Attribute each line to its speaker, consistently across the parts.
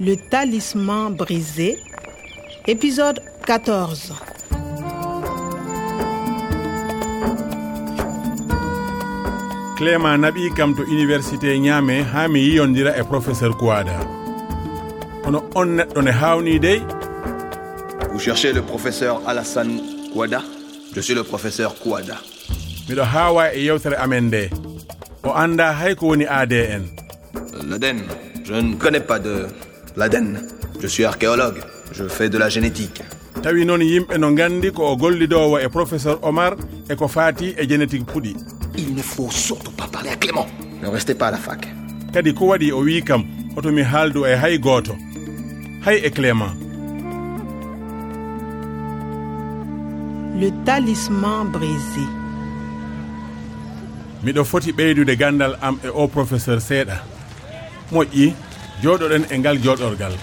Speaker 1: Le talisman brisé, épisode 14.
Speaker 2: clément naɓi kam to université ñaame ha mi yiyondira e professeur kowada kono on neɗɗo ne hawni dey
Speaker 3: Vous cherchez le professeur Alassane Kouada Je suis le professeur Kouada.
Speaker 2: miɗo haawa e yewtere amen nde o anda hay ko woni adn
Speaker 3: Euh, L'ADN. Je ne connais pas de l'ADN. Je suis archéologue. Je fais de la génétique.
Speaker 2: tawi noon yimɓe no gandi ko o gollidowo e professeur omar e ko fati e génétique puɗi
Speaker 3: Il ne faut surtout pas parler à Clément. Ne restez pas à la fac.
Speaker 2: kadi ko waɗi o wi kam hoto mi haaldu e hay gooto hay e clément
Speaker 1: Le talisman brisé.
Speaker 2: miɗo foti ɓeydude gandal am e o professeur seeɗa moƴƴi jooɗoɗen e ngal jooɗorgal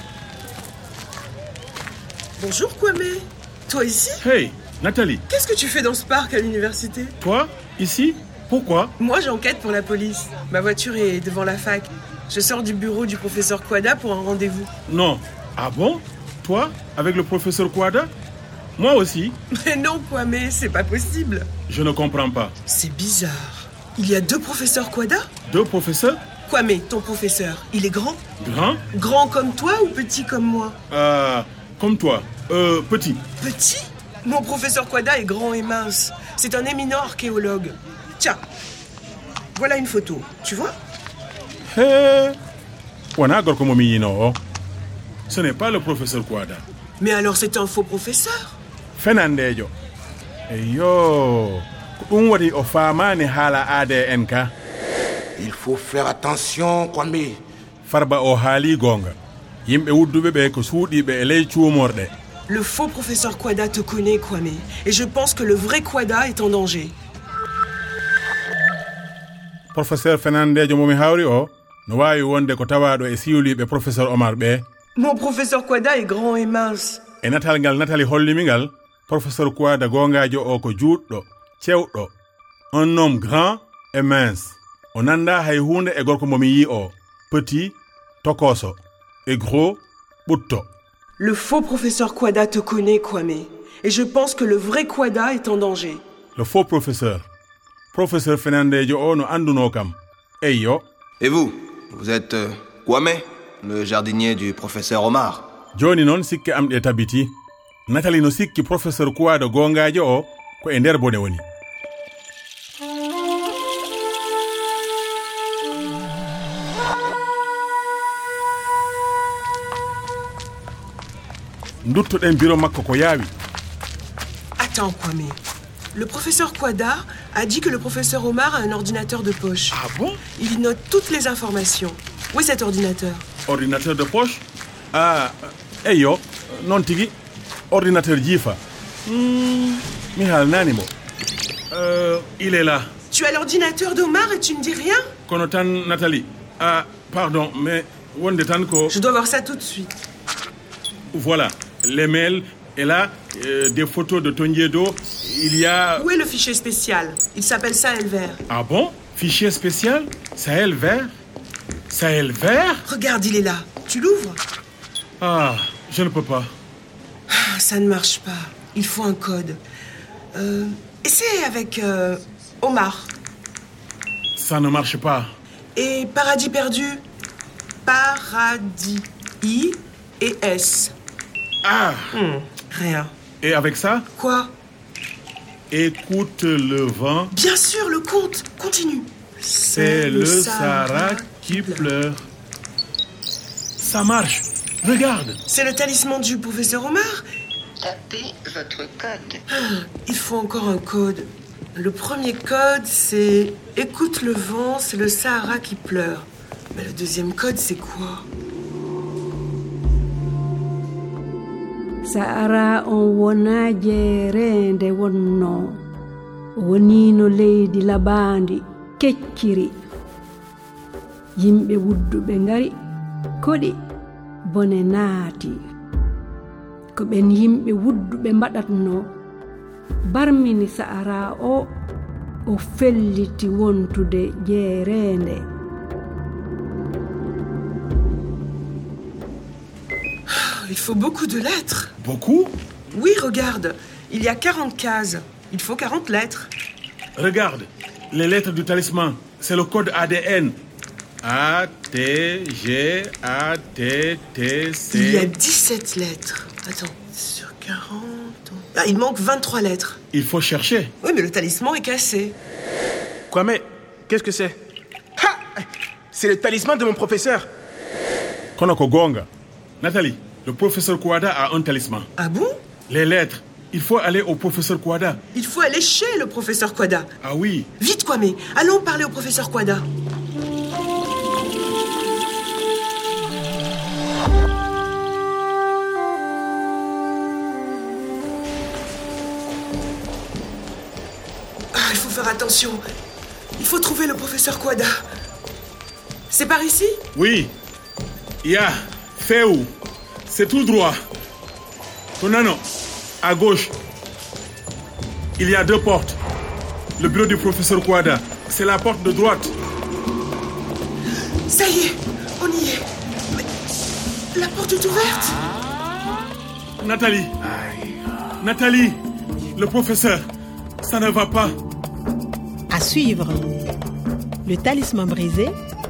Speaker 4: Bonjour Kwame. Toi ici
Speaker 5: Hey, Nathalie,
Speaker 4: Qu'est-ce que tu fais dans ce parc à l'université
Speaker 5: toi, ici, pourquoi
Speaker 4: Moi j'enquête pour la police. Ma voiture est devant la fac. Je sors du bureau du professeur Kwada pour un rendez-vous.
Speaker 5: Non. Ah bon Toi, avec le professeur Kouada Moi aussi,
Speaker 4: Mais non Kwame, c'est pas possible.
Speaker 5: je ne comprends pas.
Speaker 4: C'est bizarre. Il y a deux professeurs Kwada
Speaker 5: Deux professeurs
Speaker 4: Kwame, ton professeur, il est grand
Speaker 5: Grands
Speaker 4: Grand comme toi ou petit comme moi
Speaker 5: euh, Comme toi. Euh, petit.
Speaker 4: Petit Mon professeur Kwada est grand et mince. C'est un éminent archéologue. Tiens, voilà une photo. Tu vois
Speaker 2: he wona gorko momi yino o
Speaker 5: oh. Ce n'est pas le professeur Kouada.
Speaker 4: Mais alors c'est un faux professeur
Speaker 2: fenandejo eyo ko ɗum waɗi o faamani haala adn ka
Speaker 6: Il faut faire attention, Kwame.
Speaker 2: farba o haali gonga yimɓe wudduɓe ɓe ko suuɗiɓe e ley cuumorɗe
Speaker 4: Le faux professeur Quada te connaît, Kwame, et je pense que le vrai Quada est en danger.
Speaker 2: professeur fenandejo momi hawri o no wawi wonde ko tawaɗo e siwliɓe professeur omar ɓe
Speaker 4: Mon professeur Quada est grand et mince.
Speaker 2: e natal ngal natali hollimi ngal professeur kouada gongajo o ko juutɗo cewɗo un homme grand et mince o nanda hay hunde e gorko momi yi o petit tokoso e gros ɓutto
Speaker 4: Le faux professeur Quada te connaît, Kwame, et je pense que le vrai Quada est en danger.
Speaker 2: le faux professeur professeur fenandejo o no anduno kam eyyo
Speaker 3: Et vous Vous êtes euh, Kwame, le jardinier du professeur Omar.
Speaker 2: joni noon sikke am ɗe tabiti natali no sikki professeur kouwado gongajo o ko e nder bone woni duttoɗen biro makko ko yaawi
Speaker 4: Attends, Kwame. Le professeur Quada a dit que le professeur Omar a un ordinateur de poche.
Speaker 5: Ah bon
Speaker 4: Il y note toutes les informations. Où est cet ordinateur
Speaker 5: Ordinateur de poche
Speaker 2: a Ah, eyyo noon tigi ordinateur jiifa Hmm, mi haalnanimo
Speaker 5: euh, Il est là.
Speaker 4: Tu as l'ordinateur d'Omar et tu ne dis rien
Speaker 5: Kono tan, Nathalie. Ah, pardon, mais wonde tan ko...
Speaker 4: Je dois voir ça tout de suite.
Speaker 5: Voilà, les mails, et là, euh, des photos de Tondiedo. Il y a...
Speaker 4: Où est le fichier spécial Il s'appelle ça, Elvert.
Speaker 5: Ah bon Fichier spécial Sahel vert Sahel vert
Speaker 4: Regarde, il est là. Tu l'ouvres
Speaker 5: Ah, je ne peux pas.
Speaker 4: Ah, Ça ne marche pas. Il faut un code. Euh, essaie avec euh, Omar.
Speaker 5: Ça ne marche pas.
Speaker 4: Et Paradis perdu. Paradis. I et S.
Speaker 5: Ah
Speaker 4: Rien.
Speaker 5: Et avec ça
Speaker 4: Quoi
Speaker 5: Écoute le vent,
Speaker 4: Bien sûr, le compte. Continue. Euh,
Speaker 5: c'est le Sahara qui pleure. Ça marche Regarde
Speaker 4: C'est le talisman du professeur Omar.
Speaker 7: Tapez votre code.
Speaker 4: Il faut encore un code. Le premier code, c'est Écoute le vent, c'est le Sahara qui pleure. Mais le deuxième code, c'est quoi
Speaker 8: sa'ara on wona jeerende wonno o wonino leydi labandi kecciri yimɓe wudduɓe ngari koɗi bone naati ko ɓen yimɓe wudduɓe mbaɗatno barmini sa'ara o o felliti wontude jeerende
Speaker 4: il faut beaucoup de lettres.
Speaker 2: Beaucoup
Speaker 4: Oui, regarde, il y a 40 cases. Il faut 40 lettres.
Speaker 2: Regarde, les lettres du talisman, c'est le code ADN. A, T, G, A, T, T,
Speaker 4: Il y a
Speaker 2: C.
Speaker 4: 17 lettres. Attends, sur 40. on- Ah, il manque 23 lettres.
Speaker 2: Il faut chercher.
Speaker 4: Oui, mais le talisman est cassé.
Speaker 6: Quoi mais Qu'est-ce que c'est Ha C'est le talisman de mon professeur.
Speaker 9: kono ko gonga
Speaker 2: Nathalie, le professeur Kouada a un talisman.
Speaker 4: Ah bon
Speaker 2: Les lettres, il faut aller au professeur Kouada.
Speaker 4: Il faut aller chez le professeur Quada.
Speaker 2: Ah oui,
Speaker 4: Vite, Kwame, allons parler au professeur Quada. Ah, il faut faire attention. Il faut trouver le professeur Quada. C'est par ici
Speaker 2: oui. Ya, fais où C'est tout droit. Tonano, à gauche. Il y a deux portes. Le bureau du professeur Kouada, c'est la porte de droite.
Speaker 4: Ça y est, on y est. Mais la porte est ouverte.
Speaker 2: Nathalie. Nathalie, le professeur, ça ne va pas.
Speaker 1: À suivre. Le talisman brisé,